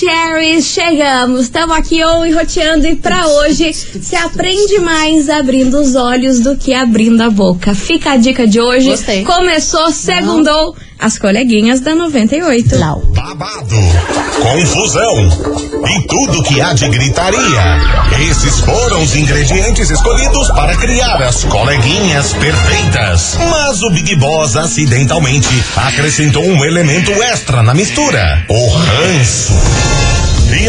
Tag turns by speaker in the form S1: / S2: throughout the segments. S1: Amores, chegamos. Estamos aqui ou enroteando e pra hoje se aprende mais abrindo os olhos do que abrindo a boca. Fica a dica de hoje.
S2: Gostei.
S1: Começou, segundou as coleguinhas da 98.
S2: Lau.
S3: Babado, confusão e tudo que há de gritaria. Esses foram os ingredientes escolhidos para criar as coleguinhas perfeitas. Mas o Big Boss acidentalmente acrescentou um elemento extra na mistura: o ranço. E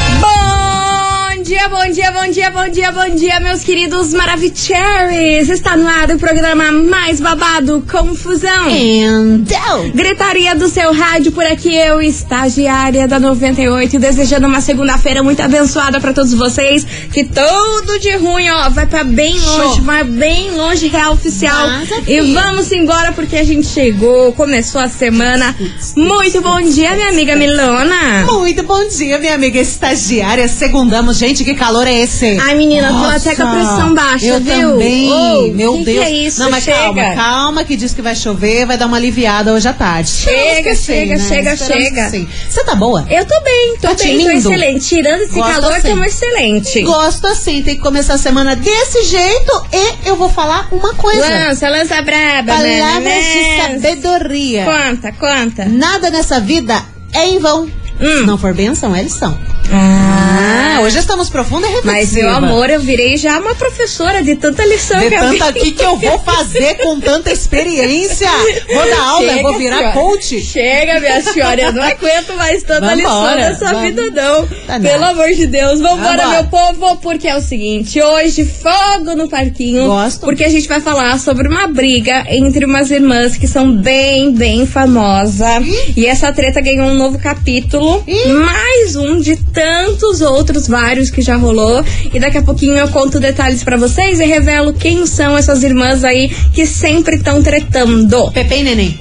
S1: Bom dia, bom dia, bom dia, bom dia, bom dia, meus queridos Maravicheries. Está no ar o programa mais babado, Confusão.
S2: And
S4: Então,
S2: down.
S1: Gritaria do seu rádio por aqui, eu, estagiária da 98, desejando uma segunda-feira muito abençoada pra todos vocês. Que tudo de ruim, ó, vai pra bem longe, vai bem longe, real oficial.
S2: Nossa, filha.
S1: e vamos embora porque a gente chegou, começou a semana. Muito bom dia, minha amiga Milona.
S4: Muito bom dia, minha amiga estagiária. Segundamos, gente, que calor é esse?
S1: Ai, menina, tô até com a pressão baixa,
S4: eu
S1: viu?
S4: Também.
S1: Ô,
S4: Meu
S1: que
S4: Deus.
S1: que é isso?
S4: Não, mas
S1: Chega.
S4: calma, calma, que diz que vai chover, vai dar uma aliviada hoje à tarde.
S1: Chega,
S4: Esperamos que
S1: chega,
S4: sim,
S1: chega,
S4: Esperamos
S1: chega.
S4: que sim. Você tá boa?
S1: Eu tô bem, tô
S4: Tá
S1: bem, tô
S4: lindo.
S1: excelente. Tirando esse
S4: Gosto
S1: calor,
S4: assim.
S1: tamo excelente.
S4: Gosto assim, tem que começar a semana desse jeito e eu vou falar uma coisa.
S1: Lança, lança braba,
S4: Palavras
S1: né?
S4: de sabedoria.
S1: Conta, conta.
S4: Nada nessa vida é em vão.
S1: Hum.
S4: Se não for bênção, é lição. Ah, hoje estamos profunda e reflexiva.
S1: Mas, meu amor, eu virei já uma professora de tanta lição
S4: De
S1: que eu
S4: tanta
S1: vi.
S4: aqui que eu vou fazer com tanta experiência. Vou dar aula,
S1: Chega,
S4: vou virar
S1: senhora.
S4: coach.
S1: Chega, minha senhora, eu não aguento mais tanta
S4: Vambora,
S1: lição dessa
S4: vamos.
S1: vida, não.
S4: Tá nada.
S1: Pelo amor de Deus, vambora,
S4: Vambora.
S1: meu povo, porque é o seguinte: hoje, fogo no parquinho.
S4: Gosto.
S1: Porque a gente vai falar sobre uma briga entre umas irmãs que são bem, bem famosa. E essa treta ganhou um novo capítulo. Mais um de tantos outros vários que já rolou. E daqui a pouquinho eu conto detalhes pra vocês e revelo quem são essas irmãs aí que sempre estão tretando.
S4: Pepe e Neném.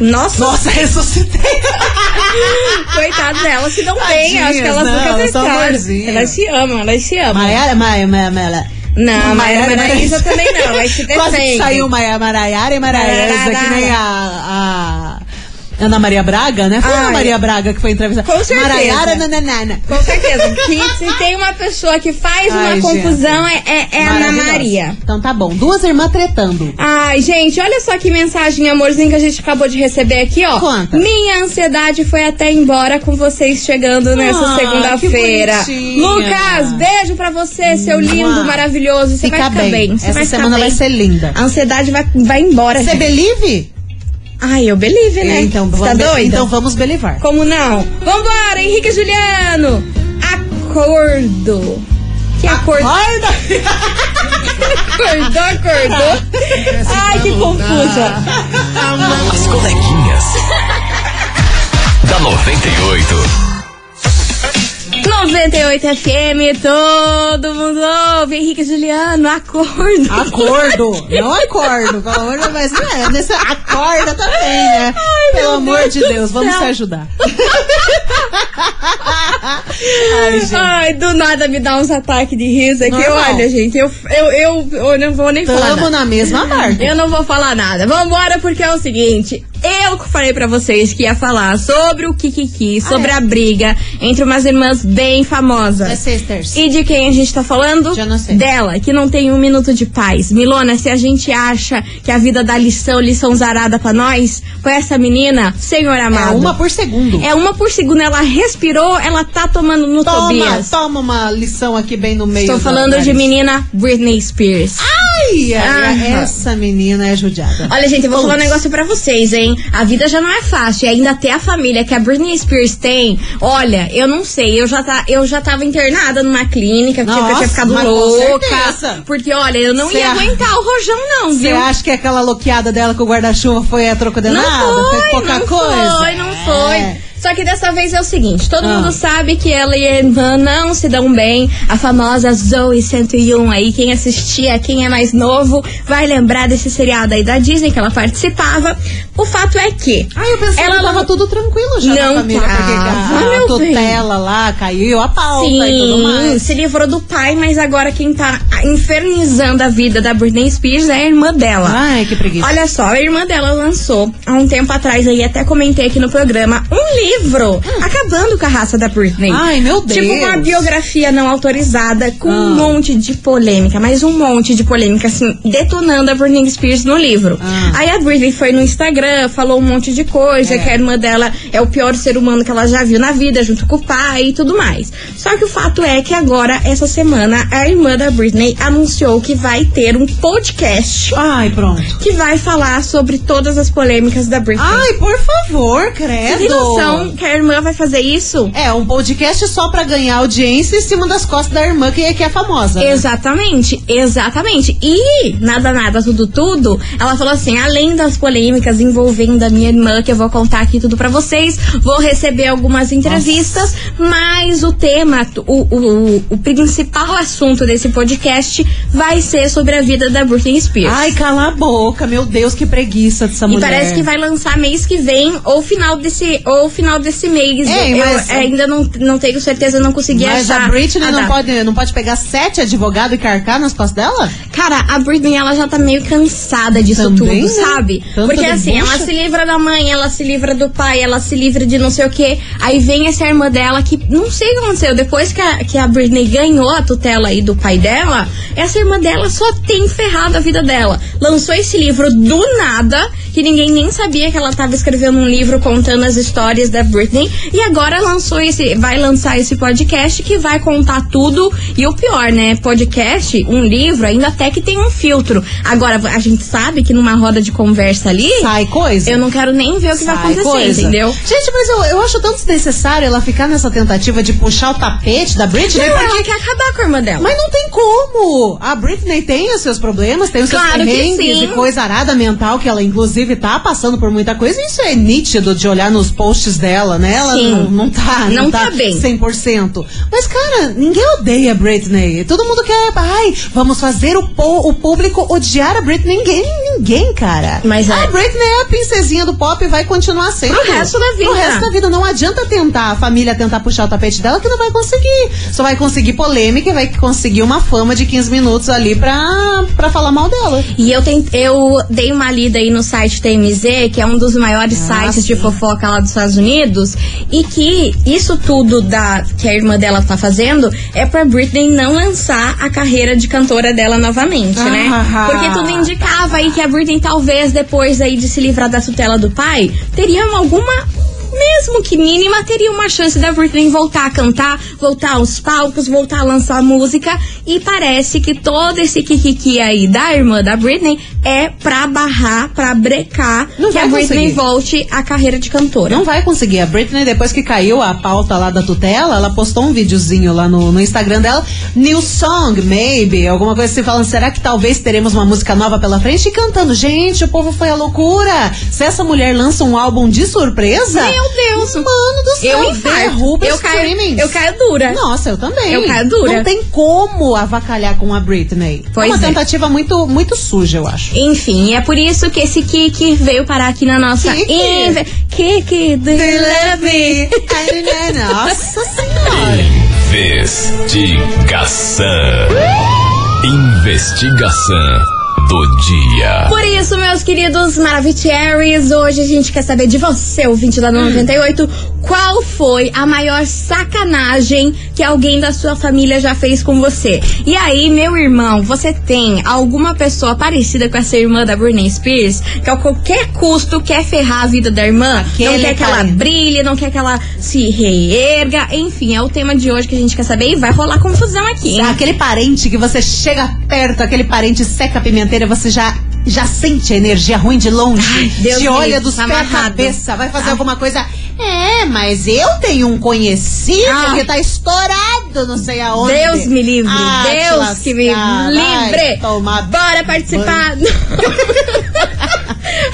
S1: Nossa,
S4: Nossa, ressuscitei.
S1: Coitadas delas se dão bem,
S4: Tadinhas,
S1: acho que elas
S4: não,
S1: nunca
S4: elas são
S1: testaram.
S4: amorzinhas.
S1: Elas se amam, elas se amam.
S4: Maiara, Maia, Maia, Maia.
S1: Não, Maiara Maraísa
S4: Maraíza
S1: também não, mas se
S4: é Quase que
S1: defende.
S4: saiu Maia, Maraiara e Maraísa, que nem a... a Ana Maria Braga, né? Foi a
S1: Ai.
S4: Ana Maria Braga que foi entrevistada.
S1: Com certeza.
S4: Maraiara, nananana.
S1: Com certeza. que se tem uma pessoa que faz
S4: Ai,
S1: uma confusão é, é, é a Ana
S4: Maravilhosa.
S1: Maria.
S4: Então tá bom. Duas irmãs tretando.
S1: Ai, gente, olha só que mensagem amorzinho que a gente acabou de receber aqui, ó.
S4: Conta.
S1: Minha ansiedade foi até embora com vocês chegando nessa
S4: Ah,
S1: segunda-feira.
S4: que bonitinha.
S1: Lucas, beijo pra você, seu lindo,
S4: Mua.
S1: maravilhoso. Você vai
S4: Fica
S1: ficar bem. Você
S4: Essa
S1: vai ficar
S4: semana vai
S1: bem.
S4: ser linda.
S1: A ansiedade vai, vai embora.
S4: Você
S1: gente.
S4: believe?
S1: Ai, eu believe, né?
S4: Então,
S1: Você tá
S4: vamos,
S1: doida?
S4: então vamos belivar.
S1: Como não? Vambora, Henrique e Juliano! Acordo! Que acordo?
S4: Acorda!
S1: Acordou, acordou!
S4: tá
S1: Ai, que confusa!
S5: As coleguinhas. da 98.
S1: 98 FM, todo mundo ouve! Henrique e Juliano, acordo!
S4: Acordo! Não acordo, pelo amor de Deus, mas não é, nessa- acorda também, né? pelo amor de Deus, vamos
S1: céu.
S4: se ajudar. Ai, gente.
S1: Ai, do nada me dá uns ataques de riso aqui.
S4: Normal.
S1: Olha, gente, eu, eu, eu, eu não vou nem falar. nada.
S4: Tamo na mesma marca.
S1: Eu não vou falar nada. Vambora, porque é o seguinte. Eu que falei pra vocês que ia falar sobre o Kikiki,
S4: Ah, é?
S1: sobre a briga entre umas irmãs bem famosas.
S4: sisters.
S1: E de quem a gente tá falando?
S4: Já não sei.
S1: Dela, que não tem um minuto de paz. Milona, se a gente acha que a vida dá lição, lição zarada pra nós, foi essa menina, senhor
S4: É
S1: amado.
S4: uma por segundo.
S1: É uma por segundo. Ela respirou, ela tá tomando no
S4: toma,
S1: Tobias.
S4: toma uma lição aqui bem no meio.
S1: Estou
S4: do-
S1: falando de
S4: nariz.
S1: menina Britney Spears.
S4: Ai, ai,
S1: Ah.
S4: essa menina é judiada.
S1: Olha, gente, eu vou falar um
S4: Putz.
S1: negócio pra vocês, hein? A vida já não é fácil. E ainda ter a família que a Britney Spears tem, olha, eu não sei. Eu já, tá, eu já tava internada numa clínica, porque eu
S4: Nossa,
S1: tinha ficado
S4: mas com
S1: louca.
S4: certeza.
S1: Porque, olha, eu não
S4: Cê
S1: ia
S4: a-
S1: aguentar o rojão, não,
S4: Você
S1: viu?
S4: acha que aquela loqueada dela com o guarda-chuva foi a troco de
S1: Não
S4: nada?
S1: foi,
S4: foi pouca
S1: não
S4: coisa?
S1: foi, não foi.
S4: É. Ah.
S1: Só que dessa vez é o seguinte: todo mundo sabe que ela e a irmã não se dão bem. A famosa Zoe 101 aí, quem assistia, quem é mais novo, vai lembrar desse seriado aí da Disney que ela participava. O fato é que.
S4: Ah, eu pensei que tava
S1: não-
S4: tudo tranquilo já
S1: Não
S4: na família. porque
S1: tava,
S4: a,
S1: meu
S4: a tutela lá caiu, a pauta e tudo
S1: Sim,
S4: mais.
S1: se livrou do pai, mas agora quem tá infernizando a vida da Britney Spears é a irmã dela.
S4: Ai, que preguiça.
S1: Olha só, a irmã dela lançou há um tempo atrás aí, até comentei aqui no programa, um livro acabando com a raça da Britney.
S4: Hum. Ai, meu
S1: Tipo uma
S4: Deus.
S1: biografia não autorizada com um
S4: Ah.
S1: monte de polêmica, mas um monte de polêmica, assim, detonando a Britney Spears no livro.
S4: Ah.
S1: Aí a Britney foi no Instagram, falou um monte de coisa, que a irmã dela é o pior ser humano que ela já viu na vida, junto com o pai e tudo mais. Só que o fato é que agora, essa semana, a irmã da Britney anunciou que vai ter um podcast
S4: Ai, pronto.
S1: que vai falar sobre todas as polêmicas da Britney.
S4: Ai, por favor,
S1: Você
S4: Ah, credo.
S1: tem noção que a irmã vai fazer isso?
S4: É, um podcast só pra ganhar audiência em cima das costas da irmã, que é, que é famosa. né?
S1: Exatamente, exatamente. E, nada, nada, tudo, tudo, ela falou assim: além das polêmicas envolvendo a minha irmã, que eu vou contar aqui tudo pra vocês, vou receber algumas entrevistas, mas o tema, o, o, o- o principal assunto desse podcast vai ser sobre a vida da Britney Spears.
S4: Ai, cala a boca, meu Deus, que preguiça dessa
S1: E
S4: mulher.
S1: parece que vai lançar mês que vem ou final desse, ou final desse mês.
S4: É,
S1: eu
S4: mas-
S1: ainda não, não tenho certeza, não consegui
S4: Mas
S1: achar.
S4: a Britney não
S1: data.
S4: pode, não pode pegar sete advogados e carcar nas costas dela?
S1: Cara, a Britney, ela já tá meio cansada disso
S4: Também,
S1: tudo,
S4: né?
S1: sabe?
S4: Tanta
S1: Porque assim,
S4: deboche.
S1: ela se livra da mãe, ela se livra do pai, ela se livra de não sei o quê. Aí vem essa irmã dela que, não sei o que aconteceu, depois que a, que a Britney ganhou a tutela aí do pai dela, essa irmã dela só tem ferrado a vida dela. Lançou esse livro do nada, que ninguém nem sabia que ela tava escrevendo um livro contando as histórias da Britney. E agora lançou esse, vai lançar esse podcast que vai contar tudo. E o pior, né? Podcast, um livro, ainda até que tem um filtro. Agora, a gente sabe que numa roda de conversa ali.
S4: Sai coisa.
S1: Eu não quero nem ver o que vai
S4: Sai
S1: acontecer,
S4: coisa.
S1: entendeu?
S4: Gente, mas eu, eu acho tão desnecessário ela ficar nessa tentativa de puxar o tapete da Britney.
S1: Não,
S4: porque-
S1: ela quer acabar com a irmã dela.
S4: Mas não tem como! A Britney tem os seus problemas, tem os seus
S1: Claro que
S4: perrengues
S1: sim.
S4: e coisa arada mental, que ela inclusive tá passando por muita coisa. Isso é nítido de olhar nos posts dela, né? Ela
S1: Sim.
S4: Não, não tá, não,
S1: Não tá bem.
S4: 100%. Mas, cara, ninguém odeia a Britney. Todo mundo quer, ai, vamos fazer o, po- o público odiar a Britney. Ninguém, ninguém, cara.
S1: Mas
S4: a
S1: é-
S4: Britney é a princesinha do pop e vai continuar sendo.
S1: Pro resto da vida.
S4: Pro resto da vida. Não adianta tentar, a família tentar puxar o tapete dela, que não vai conseguir. Só vai conseguir polêmica e vai conseguir uma fama de 15 minutos ali pra, pra falar mal dela.
S1: E eu, tent- eu dei uma lida aí no site TMZ, que é um dos maiores
S4: Ah,
S1: sites de
S4: sim.
S1: fofoca lá dos Estados Unidos, e que isso tudo da que a irmã dela tá fazendo é pra Britney não lançar a carreira de cantora dela novamente, né?
S4: Ah.
S1: Porque tudo indicava aí que a Britney talvez depois aí de se livrar da tutela do pai, teria alguma mesmo que mínima, teria uma chance da Britney voltar a cantar, voltar aos palcos, voltar a lançar música. E parece que todo esse kikiki aí da irmã da Britney é pra barrar, pra brecar
S4: Não
S1: que a
S4: vai
S1: Britney
S4: conseguir.
S1: volte à carreira de cantora.
S4: Não vai conseguir. A Britney, depois que caiu a pauta lá da tutela, ela postou um videozinho lá no, no Instagram dela. New song, maybe. Alguma coisa assim, falando, será que talvez teremos uma música nova pela frente? E cantando, gente, o povo foi à loucura. Se essa mulher lança um álbum de surpresa...
S1: Meu Deus.
S4: Mano do céu,
S1: Eu infarto.
S4: derruba
S1: Eu
S4: os
S1: caio,
S4: streamings.
S1: eu caio dura.
S4: Nossa, eu também.
S1: Eu caio É um dura.
S4: Não tem como avacalhar com a Britney.
S1: Pois
S4: é uma
S1: é.
S4: tentativa muito, muito suja, eu acho.
S1: Enfim, é por isso que esse Kiki veio parar aqui na nossa
S4: Kiki.
S1: inve- Kiki do
S4: Nossa senhora.
S5: Investigação. Investigação do dia.
S1: Por isso, meus queridos Maravicheries, hoje a gente quer saber de você, o 20 da 98, qual foi a maior sacanagem que alguém da sua família já fez com você. E aí, meu irmão, você tem alguma pessoa parecida com essa irmã da Britney Spears que a qualquer custo quer ferrar a vida da irmã? não
S4: Aquele
S1: quer que ela
S4: carinha.
S1: brilhe, não quer que ela se reerga. Enfim, é o tema de hoje que a gente quer saber e vai rolar confusão aqui, hein?
S4: Ah, Aquele parente que você chega perto, aquele parente seca pimenteira, você já já sente a energia ruim de longe,
S1: Ai, Deus
S4: te
S1: me
S4: olha
S1: livre,
S4: dos
S1: tá
S4: pés à
S1: amarrado.
S4: cabeça, vai fazer
S1: Ah.
S4: alguma coisa. É, mas eu tenho um conhecido
S1: Ah.
S4: que tá estourado, não sei aonde.
S1: Deus me livre,
S4: Ah, te
S1: Deus que me
S4: lascar, vai
S1: livre.
S4: Tomar
S1: Bora participar.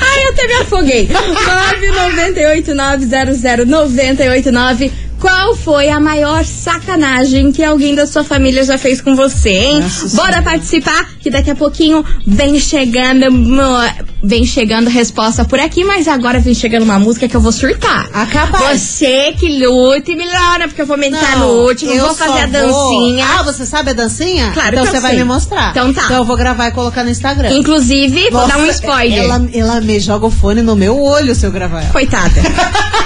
S1: Ai, eu até até me afoguei. 998900989. Qual foi a maior sacanagem que alguém da sua família já fez com você, hein?
S4: Nossa
S1: Bora
S4: Senhora.
S1: participar, que daqui a pouquinho vem chegando, mo- vem chegando resposta por aqui, mas agora vem chegando uma música que eu vou surtar.
S4: Ah, capaz.
S1: Você que lute, Milona, porque eu vou mentar
S4: Não,
S1: no último,
S4: eu
S1: vou fazer
S4: só
S1: a dancinha.
S4: Vou... Ah, você sabe a dancinha?
S1: Claro
S4: Então
S1: que eu
S4: você vai
S1: sei.
S4: me mostrar.
S1: Então tá.
S4: Então eu vou gravar e colocar no Instagram.
S1: Inclusive, vou dar um
S4: Nossa,
S1: spoiler.
S4: Ela, ela me joga o fone no meu olho se eu gravar ela.
S1: Coitada.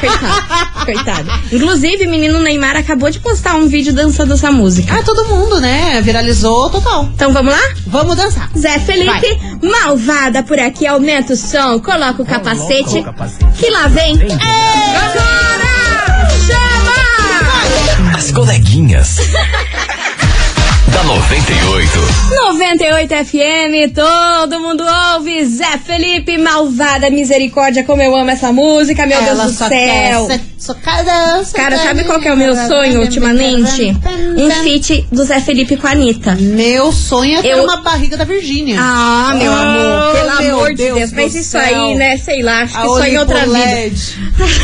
S1: Coitada. Coitada. Inclusive, o menino Neymar acabou de postar um vídeo dançando essa música.
S4: Ah, todo mundo, né? Viralizou total.
S1: Então vamos lá?
S4: Vamos dançar.
S1: Zé Felipe, malvada por aqui, aumenta o som, coloca o capacete. Que lá vem. Ei, Cora! Chama!
S5: As coleguinhas. da 98.
S1: 98 FM, todo mundo ouve. Zé Felipe, malvada, misericórdia, como eu amo essa música, meu
S4: ela
S1: Deus do
S4: só
S1: céu.
S4: Quer, só quer dançar.
S1: Cara, sabe qual que é o meu sonho ultimamente? Um feat do Zé Felipe com a Anitta.
S4: Meu sonho é ter
S1: Eu-
S4: uma barriga da Virgínia.
S1: Ah, meu amor,
S4: Oh,
S1: pelo
S4: meu
S1: amor de Deus.
S4: Deus do
S1: Mas isso
S4: céu.
S1: aí, né? Sei lá, acho
S4: A
S1: que só em outra vida.
S4: Olipoled.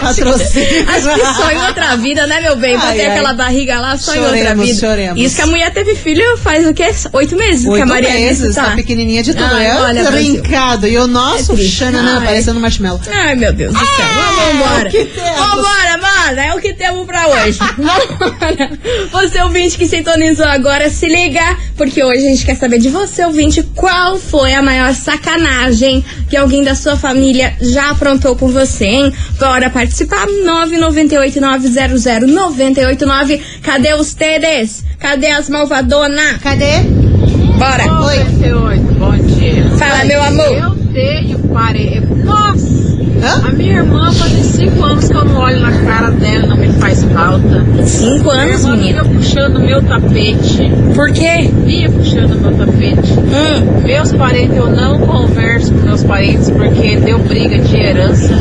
S4: Patrocínio.
S1: Acho que só em outra vida, né, meu bem? Pra
S4: Ai,
S1: ter
S4: ai.
S1: aquela barriga lá, só em outra
S4: Choremos,
S1: vida.
S4: choremos.
S1: Isso que a mulher teve filho faz o quê? Oito meses que a
S4: Oito
S1: Maria
S4: meses,
S1: Alice
S4: tá pequenininha de tudo.
S1: Ai,
S4: é
S1: olha, Brasil.
S4: trincado. E o nosso,
S1: É triste.
S4: Xananã,
S1: Ai.
S4: parecendo marshmallow.
S1: Ai, meu Deus do céu. Vamos embora.
S4: É, o que temos?
S1: Vambora, mana. É o que temos pra hoje. Vambora. Você ouvinte que sintonizou agora, se liga, porque hoje a gente quer saber de você, ouvinte, qual foi a maior sacanagem que alguém da sua família já aprontou com você, hein? Bora participar. 998-900-989. Cadê os TDs? Cadê as malvadonas?
S4: Cadê?
S1: Bora.
S4: Oi.
S2: 98, bom dia.
S1: Fala, meu amor.
S2: Eu tenho parei. Nossa!
S4: Hã?
S2: A minha irmã faz uns 5 anos que eu não olho na cara dela, não me faz falta.
S1: Cinco
S2: Minha
S1: anos,
S2: irmã
S1: menina.
S2: fica puxando meu tapete.
S1: Por quê?
S2: Vinha puxando meu tapete.
S1: Hum.
S2: Meus parentes, eu não converso com meus parentes porque deu briga de herança.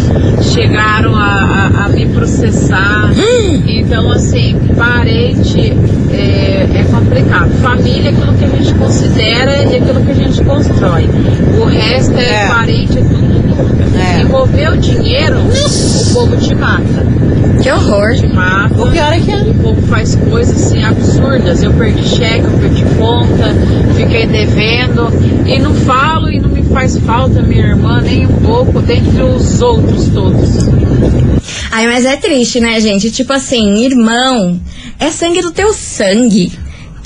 S2: Chegaram a, a- a me processar.
S4: Hum!
S2: Então, assim, parente é, é complicado. Família é aquilo que a gente considera e é aquilo que a gente constrói. O resto é,
S4: É.
S2: parente, é tudo.
S4: É.
S2: Envolver o dinheiro, o povo te mata.
S1: Que horror.
S2: Te mata.
S4: O pior é que é.
S2: O Um povo faz coisas assim absurdas. Eu perdi cheque, eu perdi conta, fiquei devendo. E não falo e não me faz falta minha irmã nem um pouco, dentre os outros todos.
S1: Ai, mas é triste, né, gente? Tipo assim, irmão, é sangue do teu sangue.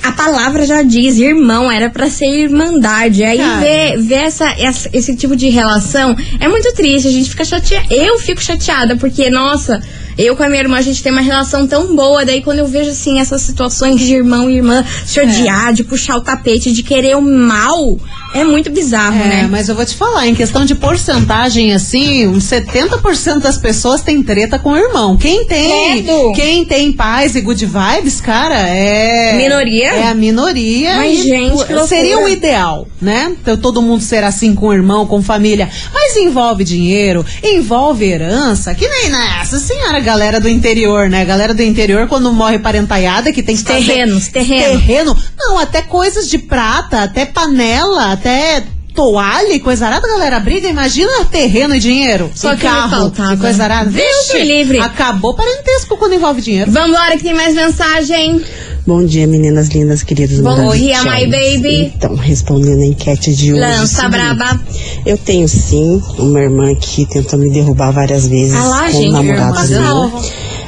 S1: A palavra já diz, irmão, era pra ser irmandade. Aí
S4: Cara.
S1: ver, ver essa, essa- esse tipo de relação é muito triste. A gente fica chateada. Eu fico chateada, porque, nossa, eu com a minha irmã, a gente tem uma relação tão boa. Daí quando eu vejo, assim, essas situações de irmão e irmã se odiar,
S4: É.
S1: de puxar o tapete, de querer o mal, é muito bizarro,
S4: É,
S1: né?
S4: mas eu vou te falar, em questão de porcentagem, assim, uns 70% das pessoas tem treta com o irmão. Quem tem?
S1: Credo.
S4: Quem tem paz e good vibes, cara, é.
S1: Minoria?
S4: É a minoria.
S1: Ai,
S4: e,
S1: gente,
S4: pô,
S1: que loucura.
S4: seria um o ideal, né? Então, todo mundo ser assim com o irmão, com família. Mas envolve dinheiro, envolve herança, que nem nessa senhora, galera do interior, né? Galera do interior, quando morre parentaiada, que tem que fazer-
S1: Terrenos, terrenos.
S4: terreno. Não, até coisas de prata, até panela, até toalha e coisa arada, galera. Briga, imagina terreno e dinheiro.
S1: Só
S4: e
S1: que me
S4: carro
S1: faltava.
S4: e coisa arada.
S1: Deus me livre.
S4: Acabou parentesco quando envolve dinheiro.
S1: Vambora, que tem mais mensagem.
S6: Bom dia, meninas lindas, queridos.
S1: Bom
S6: moradores
S1: dia,
S6: de
S1: my
S6: Charles.
S1: baby.
S6: Então, respondendo a enquete de hoje.
S1: Lança
S6: sim.
S1: braba.
S6: Eu tenho sim uma irmã que tentou me derrubar várias vezes
S1: Ah lá,
S6: com
S1: gente,
S6: o
S1: irmã
S6: namorado meu.
S1: salva.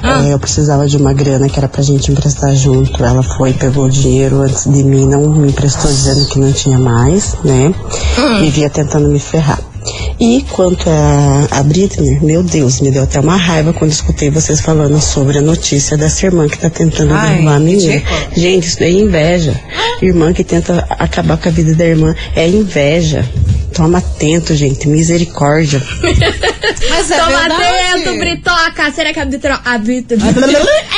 S4: Ah.
S6: É, eu precisava de uma grana que era pra gente emprestar junto. Ela foi, pegou o dinheiro antes de mim, não me emprestou dizendo que não tinha mais, né?
S4: Ah.
S6: Vivia tentando me ferrar. E quanto a, a Britney, meu Deus, me deu até uma raiva quando escutei vocês falando sobre a notícia dessa irmã que tá tentando
S4: Ai, Ah.
S6: derrubar a menina.
S4: ridículo.
S6: Gente, isso é inveja. Irmã que tenta acabar com a vida da irmã é inveja. Toma atento, gente. Misericórdia.
S4: Mas é
S1: Toma
S4: verdade.
S1: atento, Britoca! Será que a Britoca. A
S4: Ah,
S1: Brito...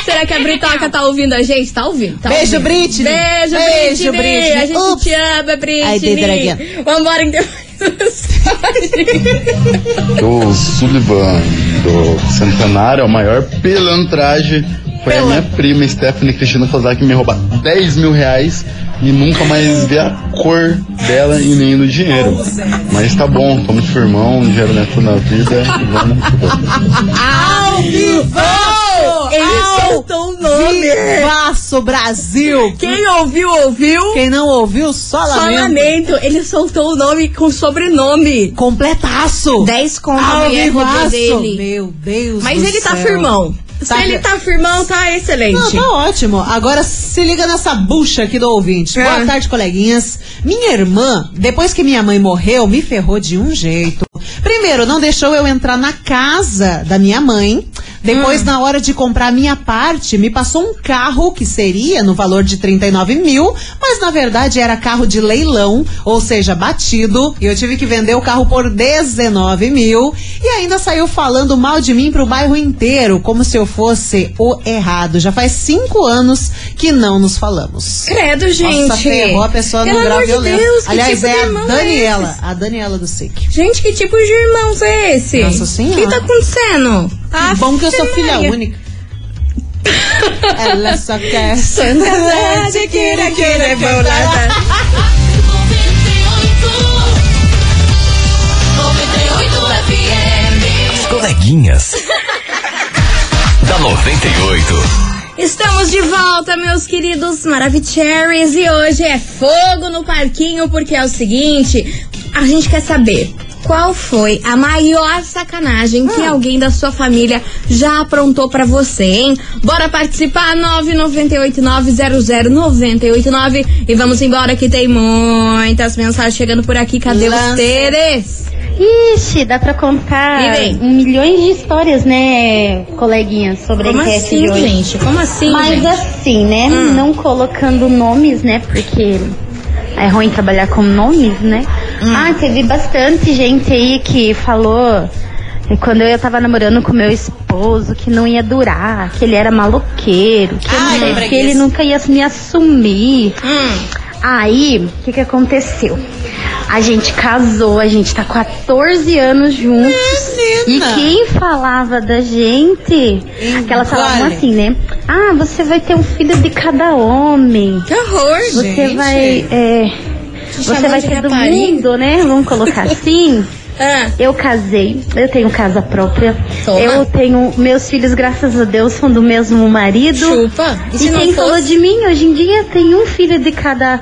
S1: Será que a Britoca tá ouvindo a gente? Tá ouvindo? Tá
S4: Beijo,
S1: ouvindo.
S4: Britney.
S1: Beijo,
S4: Beijo,
S1: Britney!
S4: Britney.
S1: A gente
S4: Ups.
S1: te ama,
S4: Ai, dei
S1: Britney!
S4: draguinha.
S1: Vambora, então. que tem mais mensagem.
S7: O Sullivan do Centenário, a maior pilantragem, foi a minha prima Stephanie Cristina Kozak me roubar 10 mil reais e nunca mais ver a cor dela e nem do dinheiro. Mas tá bom, tamo firmão, dinheiro não é tudo na vida e vamos que vamos.
S4: Ao vivo!
S1: Eles soltam é o nome. é.
S4: Vivaço Brasil!
S1: Quem ouviu, ouviu.
S4: Quem não ouviu, só
S1: Só
S4: lamento.
S1: lamento, ele soltou o nome com sobrenome.
S4: Completaço!
S1: 10 conto
S4: Ao
S1: no
S4: vivaço!
S1: IRD dele.
S4: Meu Deus
S1: Mas
S4: do
S1: ele tá
S4: céu.
S1: firmão.
S4: Tá
S1: Se ele
S4: fir-
S1: tá firmão, tá excelente.
S4: Não, tá ótimo. Agora se liga nessa bucha aqui do ouvinte.
S1: É.
S4: Boa tarde, coleguinhas. Minha irmã, depois que minha mãe morreu, me ferrou de um jeito. Primeiro, não deixou eu entrar na casa da minha mãe. Depois,
S1: Hum.
S4: na hora de comprar a minha parte, me passou um carro que seria é no valor de 39 mil, mas na verdade era carro de leilão, ou seja, batido. E eu tive que vender o carro por 19 mil. E ainda saiu falando mal de mim pro bairro inteiro, como se eu fosse o errado. Já faz cinco anos que não nos falamos.
S1: Credo, gente.
S4: Nossa, ferrou a pessoa
S1: Pelo
S4: no grau
S1: amor de
S4: violento.
S1: Deus, que
S4: Aliás,
S1: tipo de
S4: é a
S1: irmão é
S4: Daniela,
S1: esse?
S4: a Daniela do SIC.
S1: Gente, que tipo de irmãos é esse?
S4: Nossa
S1: O
S4: Senhora.
S1: que tá acontecendo?
S4: Que bom que eu sou
S1: Ave
S4: filha
S1: Maria.
S4: única. Ela só quer é
S1: Santa Zé, queira, queira, bolada.
S8: 98 FM.
S5: As coleguinhas. da 98.
S1: Estamos de volta, meus queridos Maravicheries, e hoje é fogo no parquinho, porque é o seguinte, a gente quer saber qual foi a maior sacanagem que alguém da sua família já aprontou pra você, hein? Bora participar, 998900989 e vamos embora que tem muitas mensagens chegando por aqui, cadê
S4: Lança.
S1: vocês?
S9: Ixi, dá pra contar
S1: E vem.
S9: um milhões de histórias, né, coleguinhas, sobre
S1: Como
S9: a enquete
S1: assim,
S9: de hoje.
S1: gente? Como assim,
S9: Mas
S1: gente?
S9: assim, né, não colocando nomes, né, porque é ruim trabalhar com nomes, né. Ah, teve bastante gente aí que falou... que Quando eu tava namorando com meu esposo, que não ia durar, que ele era maloqueiro, que, eu não
S4: Ai,
S9: sei,
S4: que
S9: que ele
S4: preguiça.
S9: nunca ia me assumir.
S1: Hum,
S9: Aí, o que, que aconteceu? A gente casou, a gente tá 14 anos juntos.
S4: Menina.
S9: E quem falava da gente?
S1: Hum,
S9: Aquelas falavam
S4: Engole.
S9: assim, né? Ah, você vai ter um filho de cada homem.
S1: que horror,
S9: Você
S4: Gente.
S9: vai. é, você
S1: chamando
S9: vai
S1: de
S9: ter do
S1: rapariga.
S9: mundo, né? Vamos colocar assim.
S1: Ah,
S9: Eu casei, eu tenho casa própria.
S1: Toma.
S9: Eu tenho. Meus filhos, graças a Deus, são do mesmo marido.
S1: chupa. E Então, se
S9: E
S1: não
S9: quem falou
S1: fosse...
S9: de mim hoje em dia tem um filho de cada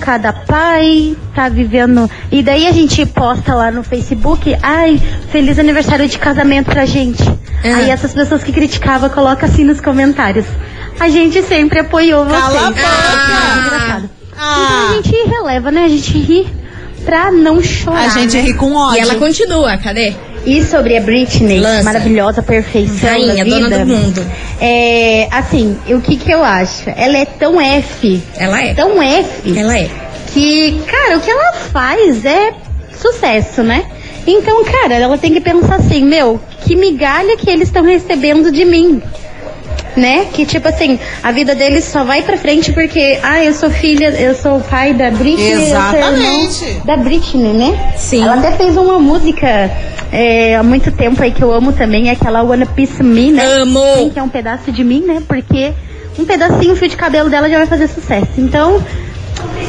S9: cada pai, tá vivendo. E daí a gente posta lá no Facebook, ai, feliz aniversário de casamento pra gente.
S1: É.
S9: Aí essas pessoas que criticavam colocam assim nos comentários. A gente sempre apoiou vocês.
S4: Cala a boca.
S9: Ah, engraçado. Então
S4: Ah,
S9: a gente releva, né? A gente ri pra não chorar.
S4: a gente
S9: né?
S4: ri com ódio.
S1: E ela continua, cadê?
S9: E sobre a Britney,
S1: Lança.
S9: maravilhosa perfeição
S1: Rainha,
S9: da vida.
S1: dona do mundo.
S9: É, assim, o que que eu acho? Ela é tão F,
S1: Ela é.
S9: tão F,
S1: Ela é.
S9: que, cara, o que ela faz é sucesso, né? Então, cara, ela tem que pensar assim, meu, que migalha que eles estão recebendo de mim. Né? Que tipo assim, a vida deles só vai pra frente porque, ah, eu sou filha, eu sou o pai da Britney, eu sou
S4: Exatamente.
S9: irmão da Britney, né?
S1: Sim.
S9: Ela até fez uma música é, há muito tempo aí que eu amo também, é aquela Wanna Piece Me, né? Sim,
S1: Amo!
S9: que é um pedaço de mim, né? Porque um pedacinho, um fio de cabelo dela já vai fazer sucesso. Então,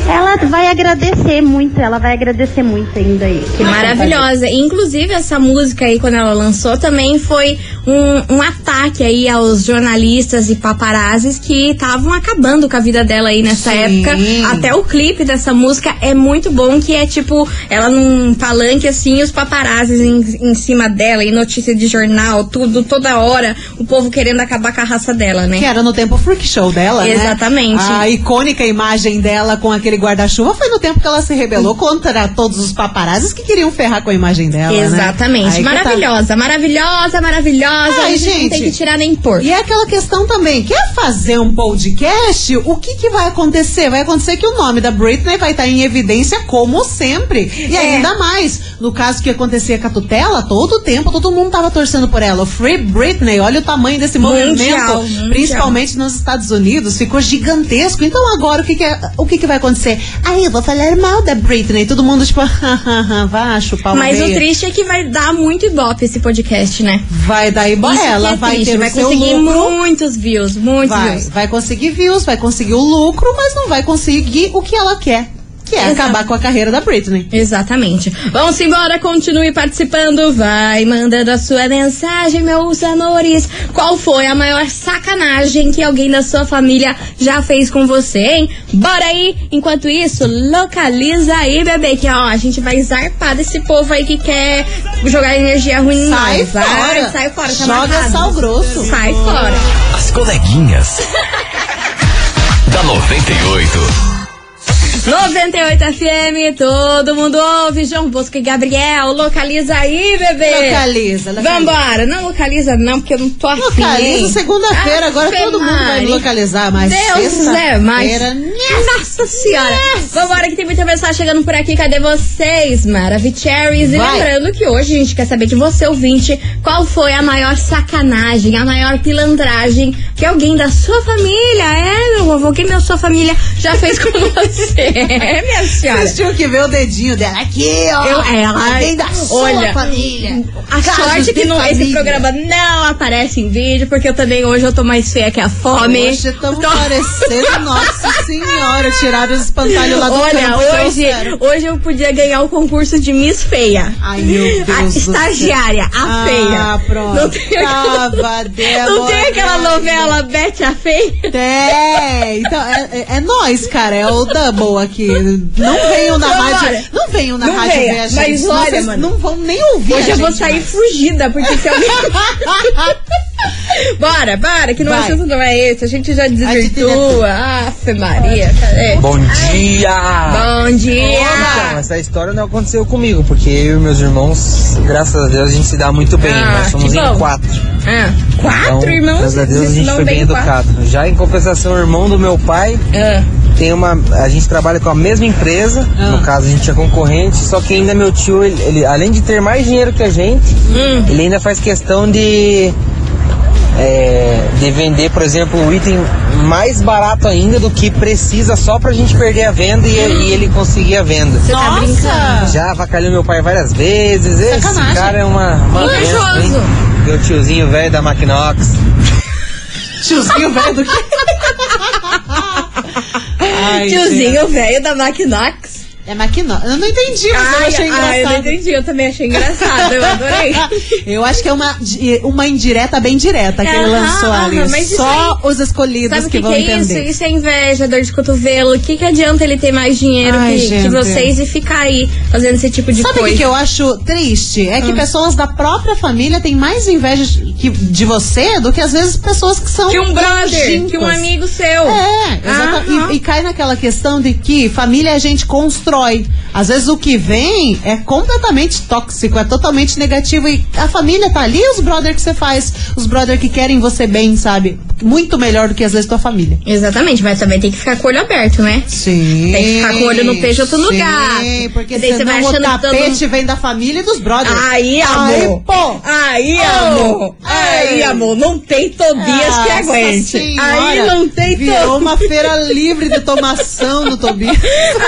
S9: ela vai agradecer muito, ela vai agradecer muito ainda aí. que eles
S1: Maravilhosa. Inclusive, essa música aí, quando ela lançou, também foi um, um ataque aí aos jornalistas e paparazzis que estavam acabando com a vida dela aí nessa
S4: Sim.
S1: época. Até o clipe dessa música é muito bom, que é tipo, ela num palanque assim, e os paparazzis em, em cima dela, e notícia de jornal, tudo, toda hora, o povo querendo acabar com a raça dela, né?
S4: Que é era no tempo freak show dela, né?
S1: Exatamente.
S4: A icônica imagem dela com aquele guarda-chuva foi no tempo que ela se rebelou contra todos os paparazzis que queriam ferrar com a imagem dela, né?
S1: Exatamente.
S4: Aí que tá.
S1: maravilhosa, maravilhosa, maravilhosa.
S4: Ai,
S1: A gente não tem que
S4: gente.
S1: tirar nem pôr.
S4: E é aquela questão também, quer fazer um podcast? O que, que vai acontecer? Vai acontecer que o nome da Britney vai estar em evidência como sempre. E
S1: É.
S4: ainda mais, no caso que acontecia com a tutela, todo tempo todo mundo tava torcendo por ela. O Free Britney, olha o tamanho desse
S1: Mundial,
S4: movimento,
S1: mundial.
S4: principalmente nos Estados Unidos, ficou gigantesco. Então agora o que que, é- o que, que vai acontecer? Aí eu vou falar mal da Britney, todo mundo tipo, vai chupar o
S1: Mas o
S4: meio.
S1: triste é que vai dar muito ibope esse podcast, né?
S4: Vai dar Daí bora,
S1: Isso que
S4: ela
S1: é
S4: vai
S1: triste,
S4: ter
S1: vai
S4: o seu
S1: conseguir
S4: lucro.
S1: muitos views, muitos
S4: Vai,
S1: views.
S4: vai conseguir views, vai conseguir o lucro, mas não vai conseguir o que ela quer, que é
S1: Exato.
S4: acabar com a carreira da Britney.
S1: Exatamente. Vamos embora, continue participando. Vai mandando a sua mensagem, meus amores. Qual foi a maior sacanagem que alguém da sua família já fez com você, hein? Bora aí! Enquanto isso, localiza aí, bebê, que ó, a gente vai zarpar desse povo aí que quer jogar energia ruim. em
S4: Sai
S1: nós. Vai,
S4: fora.
S1: sai fora, tá
S4: Joga
S1: amarrado.
S4: sal grosso.
S1: Sai fora.
S5: As coleguinhas. da 98.
S1: 98 FM, todo mundo ouve. João Bosco e Gabriel, localiza aí, bebê.
S4: Localiza, localiza.
S1: É. Vambora, não localiza não, porque eu não tô afim. Ah, hein?
S4: Localiza segunda-feira, agora
S1: Ave
S4: todo mundo vai
S1: Maria.
S4: me localizar, mas
S1: Deus é mais.
S4: sexta-feira,
S1: Nossa senhora! Vambora que tem muita mensagem chegando por aqui. Cadê vocês, Maravicheries? E
S4: Vai.
S1: lembrando que hoje a gente quer saber de você, ouvinte, qual foi a maior sacanagem, a maior pilantragem que alguém da sua família, é, meu avô, quem da sua família já fez com você, é, minha senhora.
S4: Vocês tinham que ver o dedinho dela aqui, ó.
S1: Eu- é, ela-
S4: Alguém da sua
S1: olha,
S4: família.
S1: A
S4: Casos
S1: sorte que
S4: de
S1: não, esse
S4: família.
S1: programa não aparece em vídeo, porque eu também hoje eu tô mais feia que a fome.
S4: Hoje estamos
S1: Tô-
S4: parecendo, nossa senhora, tiraram os espantalhos lá do
S1: Olha,
S4: campo, então,
S1: hoje,
S4: trouxeram.
S1: hoje eu podia ganhar o concurso de Miss Feia.
S4: Ai, meu Deus
S1: A
S4: do
S1: estagiária,
S4: céu.
S1: a feia.
S4: Ah, pronto. Ah, é
S1: Não tem, aquela-
S4: Tava,
S1: não tem
S4: Débora.
S1: aquela novela Bete a Feia?
S4: Tem! Então, é, é- é nós, cara, é o Double aqui. Não venham na
S1: Vambora.
S4: rádio. Não venham na
S1: Não
S4: rádio
S1: venha,
S4: ver a gente.
S1: mas
S4: senão
S1: olha,
S4: vocês
S1: mano.
S4: não vão nem ouvir.
S1: Hoje
S4: a
S1: eu vou
S4: gente
S1: sair
S4: mais.
S1: fugida, porque se alguém. bora, bora, que não
S4: Vai.
S1: assunto não é esse. A gente já
S4: trilha é
S1: desvirtua. Aff, Maria. cadê?
S10: Bom dia!
S1: Bom dia!
S10: Então, essa história não aconteceu comigo, porque eu e meus irmãos, graças a Deus, a gente se dá muito bem.
S1: Ah,
S10: Nós somos
S1: que bom.
S10: em quatro.
S1: Ah, quatro
S10: Então,
S1: irmãos?
S10: Graças a Deus a
S1: Vocês
S10: gente
S1: não
S10: foi bem
S1: bem quatro.
S10: educado. Já em compensação, o irmão do meu pai
S1: Ah.
S10: tem uma. A gente trabalha com a mesma empresa, no caso a gente é concorrente, só que ainda meu tio, ele, ele, além de ter mais dinheiro que a gente, ele ainda faz questão de. é, de vender, por exemplo, o item mais barato ainda do que precisa só pra gente perder a venda e, e ele conseguir a venda.
S4: Nossa!
S10: Já avacalhou meu pai várias vezes. Esse
S4: Sacanagem.
S10: cara é uma. uma
S1: Corajoso.
S10: benção, hein? meu tiozinho velho da Maquinox.
S4: Tiozinho velho do que? Ai, gente.
S1: Tiozinho velho da Maquinox.
S4: É maquinó. Eu não entendi, mas eu achei engraçado.
S1: eu não entendi, eu também achei engraçado, eu adorei.
S4: Eu acho que é uma, di- uma indireta bem direta que ele
S1: Aham,
S4: lançou ali.
S1: aham, mas isso
S4: Só os escolhidos
S1: Sabe o
S4: que,
S1: que, que
S4: vão
S1: é isso?
S4: entender.
S1: Isso é inveja, dor de cotovelo. O que, que adianta ele ter mais dinheiro
S4: Ai,
S1: que, que
S4: gente.
S1: vocês e ficar aí fazendo esse tipo de
S4: Sabe o que
S1: coisa?
S4: que eu acho triste? É
S1: Hum.
S4: que pessoas da própria família têm mais inveja de- que- de você do que às vezes pessoas que são
S1: Que um brother, que um
S4: longínquas.
S1: amigo seu. Ah,
S4: É, exatamente.
S1: Aham.
S4: E, e cai naquela questão de que família a gente constrói. Às vezes o que vem é completamente tóxico, é totalmente negativo. E a família tá ali, os brother que você faz, os brother que querem você bem, sabe? Muito melhor do que às vezes tua família.
S1: Exatamente, mas também tem que ficar com o olho aberto, né?
S4: Sim.
S1: Tem que ficar com o olho no peixe, outro no
S4: Sim,
S1: gato.
S4: porque
S1: E daí você vai
S4: senão o
S1: achando que todo
S4: tapete vem da família e dos brothers.
S1: Aí, amor.
S4: Aí, pô.
S1: Aí, amor. Aí,
S4: ai.
S1: amor. Não tem Tobias que aguente. Aí não tem
S4: Virou
S1: Tobias.
S4: uma feira livre de tomação Ah, do Tobias.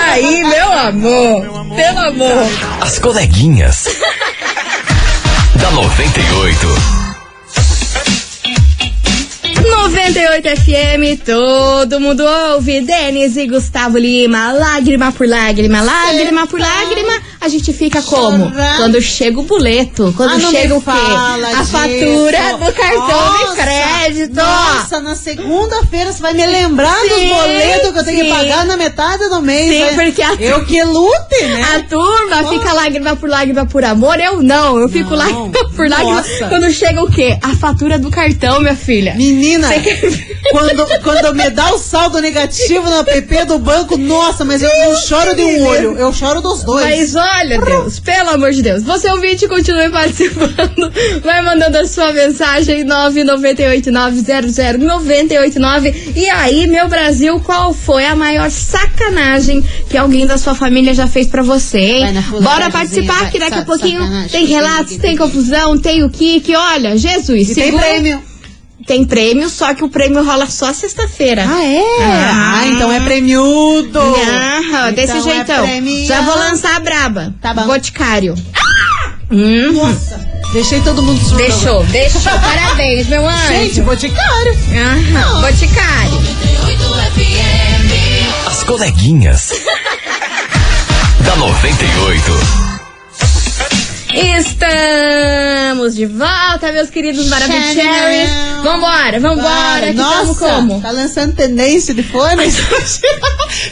S1: Aí, meu amor. Pelo amor.
S5: As coleguinhas. da 98.
S1: 98 FM, todo mundo ouve. Denis e Gustavo Lima, lágrima por lágrima, lágrima por lágrima. A gente fica como?
S4: Chorar.
S1: Quando chega o boleto, quando
S4: Ah, não me
S1: chega o quê?
S4: fala
S1: a
S4: disso.
S1: fatura do cartão
S4: Nossa,
S1: de crédito.
S4: Nossa, na segunda-feira você vai me lembrar dos
S1: Sim,
S4: boletos que eu tenho
S1: sim.
S4: que pagar na metade do mês.
S1: Sim,
S4: né?
S1: porque a-
S4: Eu que lute, né?
S1: A turma fica lágrima por lágrima por amor, eu não, eu fico
S4: Não.
S1: lágrima por lágrima
S4: Nossa.
S1: quando chega o quê? A fatura do cartão, minha filha.
S4: Menina,
S1: Você quer ver?
S4: quando, quando me dá o saldo negativo no app do banco, nossa, mas eu não choro de um olho, eu choro dos dois.
S1: Mas olha, Deus, pelo amor de Deus. Você ouvinte, continue participando. Vai mandando a sua mensagem 998900989. E aí, meu Brasil, qual foi a maior sacanagem que alguém da sua família já fez pra você,
S4: Vai
S1: hein?
S4: na fulana,
S1: Bora
S4: vai,
S1: participar
S4: vai,
S1: que daqui a
S4: sabe,
S1: pouquinho
S4: sacanagem,
S1: tem relatos,
S4: tem,
S1: tem
S4: tem,
S1: confusão, tem o que olha, Jesus,
S4: E tem
S1: segura-
S4: prêmio.
S1: Tem prêmio, só que o prêmio rola só sexta-feira.
S4: Ah, é? Ah, então é premiudo.
S1: Aham, Ah, desse
S4: Então é
S1: jeitão.
S4: premiado.
S1: Já vou lançar a braba.
S4: Tá bom.
S1: Boticário.
S4: Nossa. Deixei todo mundo surdo.
S1: Deixou,
S4: agora.
S1: deixou. Parabéns, meu anjo.
S4: Gente, boticário.
S1: Aham, boticário.
S5: As coleguinhas. da 98.
S1: Estamos de volta, meus queridos Maravicherrys. Vambora, vambora. Que tamo
S4: Nossa,
S1: como?
S4: tá lançando tendência de fones.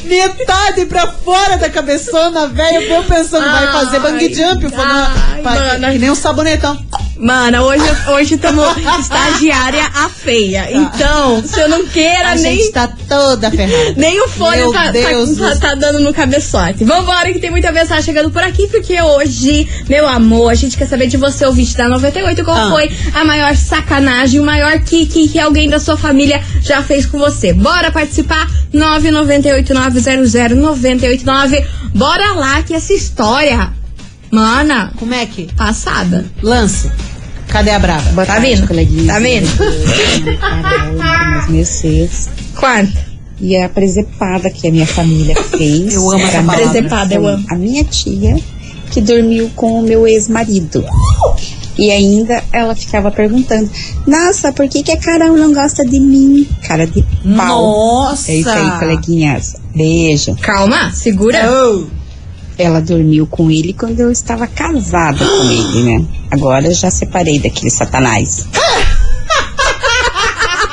S4: Metade pra fora da cabeçona, velho. Eu pensando, vai fazer bang jump. Foi na-
S1: ai,
S4: pa-
S1: mano.
S4: que nem um sabonetão.
S1: Mana, hoje hoje estamos estagiária a feia. Então, se eu não queira
S4: Tá. A
S1: nem
S4: gente tá toda ferrada.
S1: nem o fone
S4: Meu
S1: tá, tá-
S4: Deus do
S1: tá- tá dando no cabeçote. Vambora, que tem muita mensagem chegando por aqui, porque hoje, meu amor, a gente quer saber de você, ouvinte da 98, qual
S4: Ah.
S1: foi a maior sacanagem, o maior kick que alguém da sua família já fez com você. Bora participar? 998900989. Bora lá que essa história, mana,
S4: Como é que?
S1: passada.
S4: Lance. Cadê a brava?
S1: tá vindo? Tá vindo?
S11: os meus seus
S1: Quanto?
S11: e é a presepada que a minha família fez.
S4: Eu amo essa
S11: pra mim
S4: palavra.
S1: Presepada, eu
S11: foi
S1: amo.
S11: A minha tia que dormiu com o meu ex-marido. E ainda ela ficava perguntando: Nossa, por que, que a Carol não gosta de mim? Cara de pau.
S4: Nossa.
S11: É isso aí, coleguinhas. Beijo.
S1: Calma, segura.
S4: Oh.
S11: Ela dormiu com ele quando eu estava casada com ele, né? Agora eu já separei daquele satanás.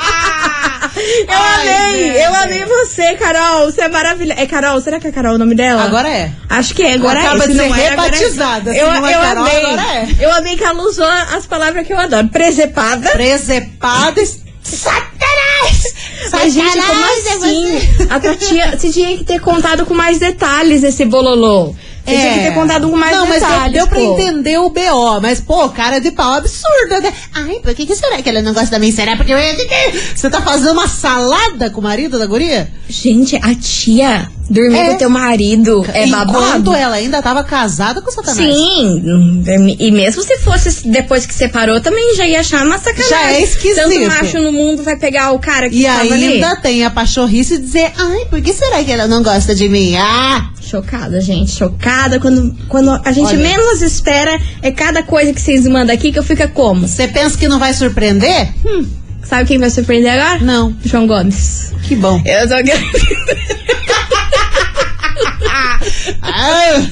S1: Eu amei,
S4: Então
S1: eu amei É você, Carol. Você é maravilhosa. É Carol, será que é Carol o nome dela?
S4: Agora é.
S1: Acho que é, agora
S4: Acaba
S1: é.
S4: de
S1: se
S4: ser
S1: não é, agora é.
S4: rebatizada. Se
S1: Eu,
S4: não é
S1: eu
S4: Carol,
S1: amei.
S4: agora é.
S1: Eu amei que ela usou as palavras que eu adoro. Presepada.
S4: Presepada. Satanás! é
S1: Mas, gente, como assim? A tua tia, você tinha que ter contado com mais detalhes esse bololô. Você tinha que ter contado com mais
S4: É. Não, mas
S1: detalhes.
S4: deu- deu pra
S1: pô.
S4: entender o BO. Mas, pô, cara de pau absurda, né? Ai, por que, que será que ela não gosta da mim? Será porque eu... Você tá fazendo uma salada com o marido da guria?
S1: Gente, a tia dormir
S4: É.
S1: com teu marido é babado.
S4: Enquanto ela ainda tava casada com o Satanás.
S1: Sim, e mesmo se fosse depois que separou, também já ia achar uma sacanagem.
S4: Já é esquisito.
S1: Tanto macho no mundo vai pegar o cara que
S4: E
S1: tava
S4: ainda
S1: ali.
S4: tem a pachorrice de dizer, ai, por que será que ela não gosta de mim? Ah!
S1: Chocada, gente, chocada. Quando, quando a gente
S4: Olha.
S1: menos espera, é cada coisa que vocês mandam aqui que eu fico como?
S4: Você pensa que não vai surpreender?
S1: Sabe quem vai surpreender agora?
S4: Não.
S1: João Gomes.
S4: Que bom.
S1: Eu tô...
S4: Ai,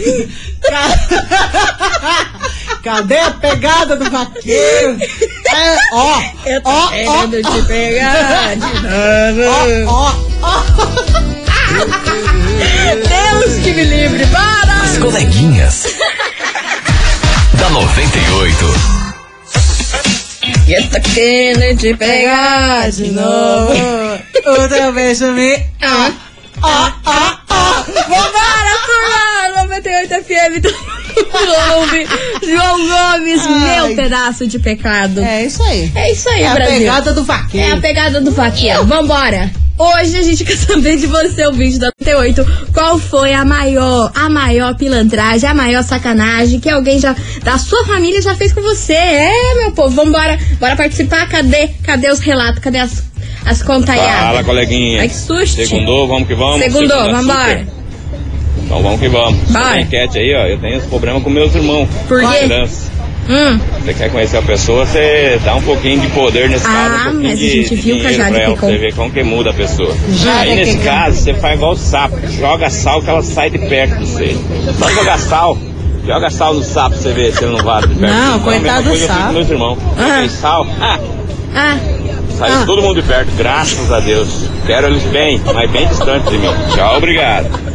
S4: ca- Cadê a pegada do vaqueiro? É, ó,
S1: Eu tô
S4: ó, ó,
S1: querendo te pegar de
S4: ó, ó,
S1: Deus que me livre, para!
S5: As coleguinhas. da 98.
S1: E eu tô querendo te pegar de novo.
S4: ó. O teu beijo me.
S1: Ah.
S4: Ó, ó, ó.
S1: Vambora, turma! 98 FM, todo mundo ouve. João Gomes,
S4: Ai.
S1: meu pedaço de pecado. É,
S4: É isso aí.
S1: isso aí,
S4: É a
S1: Brasil.
S4: pegada do
S1: É a
S4: vaqueiro.
S1: pegada do vaqueiro. Vambora! Hoje a gente quer saber de você, o vídeo da 98, qual foi a maior, a maior pilantragem, a maior sacanagem que alguém já, da sua família já fez com você. É, meu povo, vambora, bora participar. Cadê, cadê os relatos, cadê as, as contaiadas?
S12: Fala, coleguinha.
S1: Ai, que susto.
S12: Segundou, vamos que vamos.
S1: Segundou,
S12: Segunda
S1: vambora.
S12: super. Então vamos que vamos.
S1: Bora.
S12: Essa enquete aí, ó, eu tenho esse problema com meus irmãos.
S1: Por quê?
S12: Herança.
S1: Hum.
S12: Você quer conhecer a pessoa, você dá um pouquinho de poder nesse
S1: Ah,
S12: caso. um pouquinho
S1: mas a
S12: de
S1: gente viu que a
S12: dinheiro
S1: Jade é
S12: pra ela,
S1: pecou.
S12: Você vê como que muda a pessoa.
S4: Jade
S12: aí nesse
S4: pecou.
S12: caso, você faz igual o sapo. Joga sal que ela sai de perto de você. Só jogar sal. Joga sal no sapo pra você ver se ele não vai de perto.
S4: Não,
S12: Então, a
S4: coitado
S12: mesma
S4: do
S12: coisa Eu
S4: sapo.
S12: fiz com meus irmãos.
S1: Ah.
S12: Tem sal. Ah,
S1: Ah,
S12: Saiu
S4: Ah.
S12: todo mundo de perto, graças a Deus. Quero eles bem, mas bem distante de mim. Tchau, obrigado.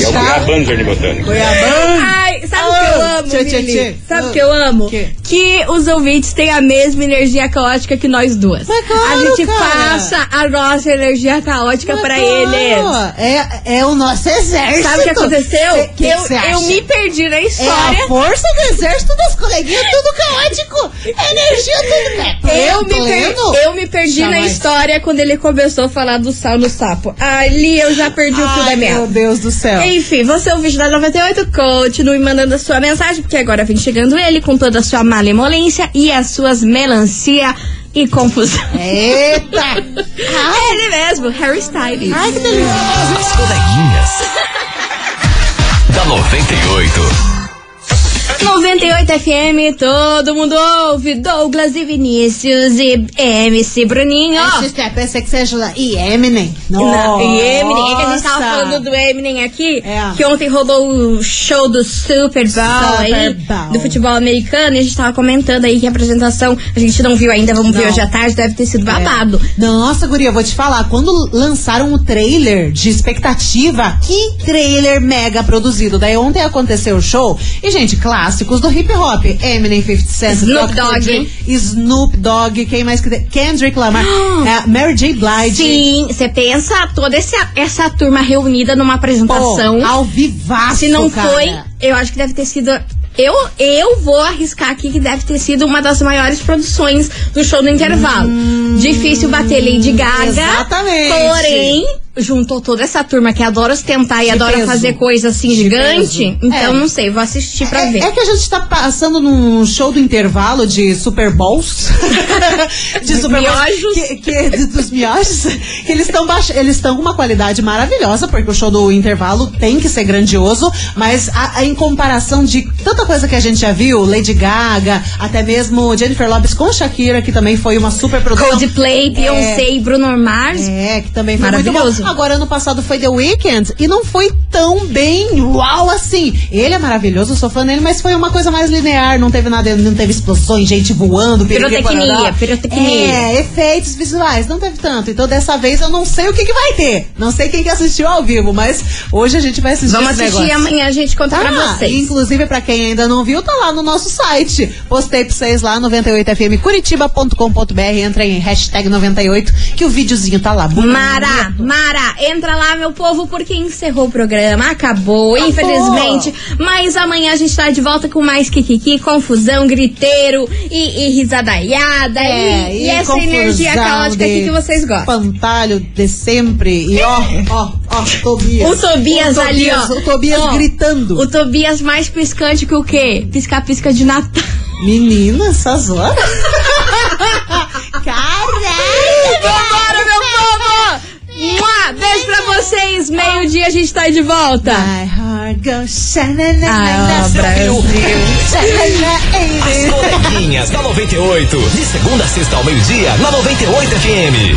S12: E é o Cuiabano Jardim
S4: é
S12: Botânico.
S4: Cuiabá.
S1: Ai, sabe o que eu amo,
S4: Ah, Tchê, tchê,
S1: Vili?
S4: tchê.
S1: Sabe o
S4: Ah.
S1: que eu amo?
S4: Que?
S1: Que os ouvintes têm a mesma energia caótica que nós duas.
S4: Mas claro,
S1: a gente
S4: cara.
S1: passa a nossa energia caótica pra eles.
S4: É, é o nosso exército.
S1: Sabe o que aconteceu?
S4: Cê- que
S1: eu,
S4: que cê acha?
S1: eu me perdi na
S4: É
S1: história.
S4: a força do exército das coleguinhas, tudo caótico. É Energia tudo. É pleno,
S1: Eu me, per-
S4: pleno.
S1: eu me perdi na
S4: Jamais.
S1: história quando ele começou a falar do sal no sapo. Ali eu já perdi o fio da
S4: Ai,
S1: meada.
S4: meu Deus do céu.
S1: Enfim, você é o vídeo da 98, continue mandando a sua mensagem, porque agora vem chegando ele com toda a sua malemolência e as suas melancia e confusão.
S4: Eita!
S1: É ele mesmo, Harry Styles.
S4: Ah. Ai, que delícia.
S5: As coleguinhas. da 98.
S1: 98 FM, todo mundo ouve. Douglas e Vinícius e MC Bruninho.
S4: Eu pensei que seja lá. E Eminem.
S1: Não, e Eminem. É que a gente tava falando do Eminem aqui,
S4: É.
S1: que ontem rolou o show do Super Bowl aí, do futebol americano, e a gente tava comentando aí que a apresentação a gente não viu ainda, vamos ver
S4: Não. É.
S1: hoje à tarde, deve ter sido babado.
S4: Nossa, guria, eu vou te falar. Quando lançaram o trailer de expectativa, que trailer mega produzido. Daí ontem aconteceu o show. E, gente, clássicos do hip hop. Eminem, 50 Cent,
S1: Snoop
S4: Dr.
S1: Dogg.
S4: Dre, Snoop Dogg, quem mais que tem? Kendrick Lamar, é, Mary J. Blige.
S1: Sim, você pensa toda essa, essa turma reunida numa apresentação.
S4: Pô, ao vivaço,
S1: Ah, Se não
S4: cara.
S1: foi, eu acho que deve ter sido. Eu, eu vou arriscar aqui que deve ter sido uma das maiores produções do show do intervalo. Difícil bater Lady Gaga.
S4: Hum, exatamente.
S1: Porém, juntou toda essa turma que adora ostentar e
S4: De
S1: adora
S4: peso.
S1: fazer coisa assim gigante.
S4: peso.
S1: Então,
S4: É.
S1: não sei, vou assistir pra
S4: É,
S1: ver.
S4: é que a gente tá passando num show do intervalo de Super Bowls. de Super Bowls.
S1: Miojos.
S4: Que, que- dos miojos. Que eles estão eles estão com uma qualidade maravilhosa, porque o show do intervalo tem que ser grandioso, mas a- a- em comparação de tanta coisa que a gente já viu, Lady Gaga, até mesmo Jennifer Lopez com Shakira, que também foi uma super produção.
S1: Coldplay, Beyoncé e Bruno Mars.
S4: É, que também foi muito
S1: Maravilhoso.
S4: bom. Agora, ano passado foi The Weeknd e não foi tão bem uau assim. Ele é maravilhoso, eu sou fã dele, mas foi uma coisa mais linear, não teve nada, não teve explosões, gente voando, piriri,
S1: Pirotecnia,
S4: parará.
S1: pirotecnia.
S4: É, efeitos visuais, não teve tanto. Então, dessa vez, eu não sei o que, que vai ter. Não sei quem que assistiu ao vivo, mas hoje a gente vai assistir
S1: Vamos
S4: esse
S1: assistir
S4: negócio.
S1: amanhã a gente conta
S4: Tá,
S1: pra vocês.
S4: Inclusive, pra quem ainda não viu, tá lá no nosso site. Postei pra vocês lá, 98fmcuritiba.com.br. Entra em hashtag 98, que o videozinho tá lá. bonito.
S1: Mara,
S4: Uhum.
S1: Mara, entra lá, meu povo, porque encerrou o programa. Acabou, infelizmente. Mas amanhã a gente tá de volta com mais Kikiki, confusão, griteiro e, e risadaiada.
S4: É,
S1: e,
S4: e,
S1: e essa
S4: confusão
S1: energia caótica
S4: de
S1: aqui que vocês gostam.
S4: Espantalho de sempre. E ó, ó, ó, Tobias.
S1: O Tobias, ali, ó.
S4: O Tobias
S1: Ó,
S4: gritando.
S1: O Tobias mais piscante que o quê? Pisca-pisca de Natal.
S4: Menina, essas horas.
S1: Vambora, meu povo! Mua! Beijo pra vocês. Meio-dia a gente tá de volta.
S4: My heart goes shanana,
S1: Ah, Brasil.
S4: shanana,
S5: As coleguinhas da 98. De segunda a sexta ao meio-dia, na 98 FM.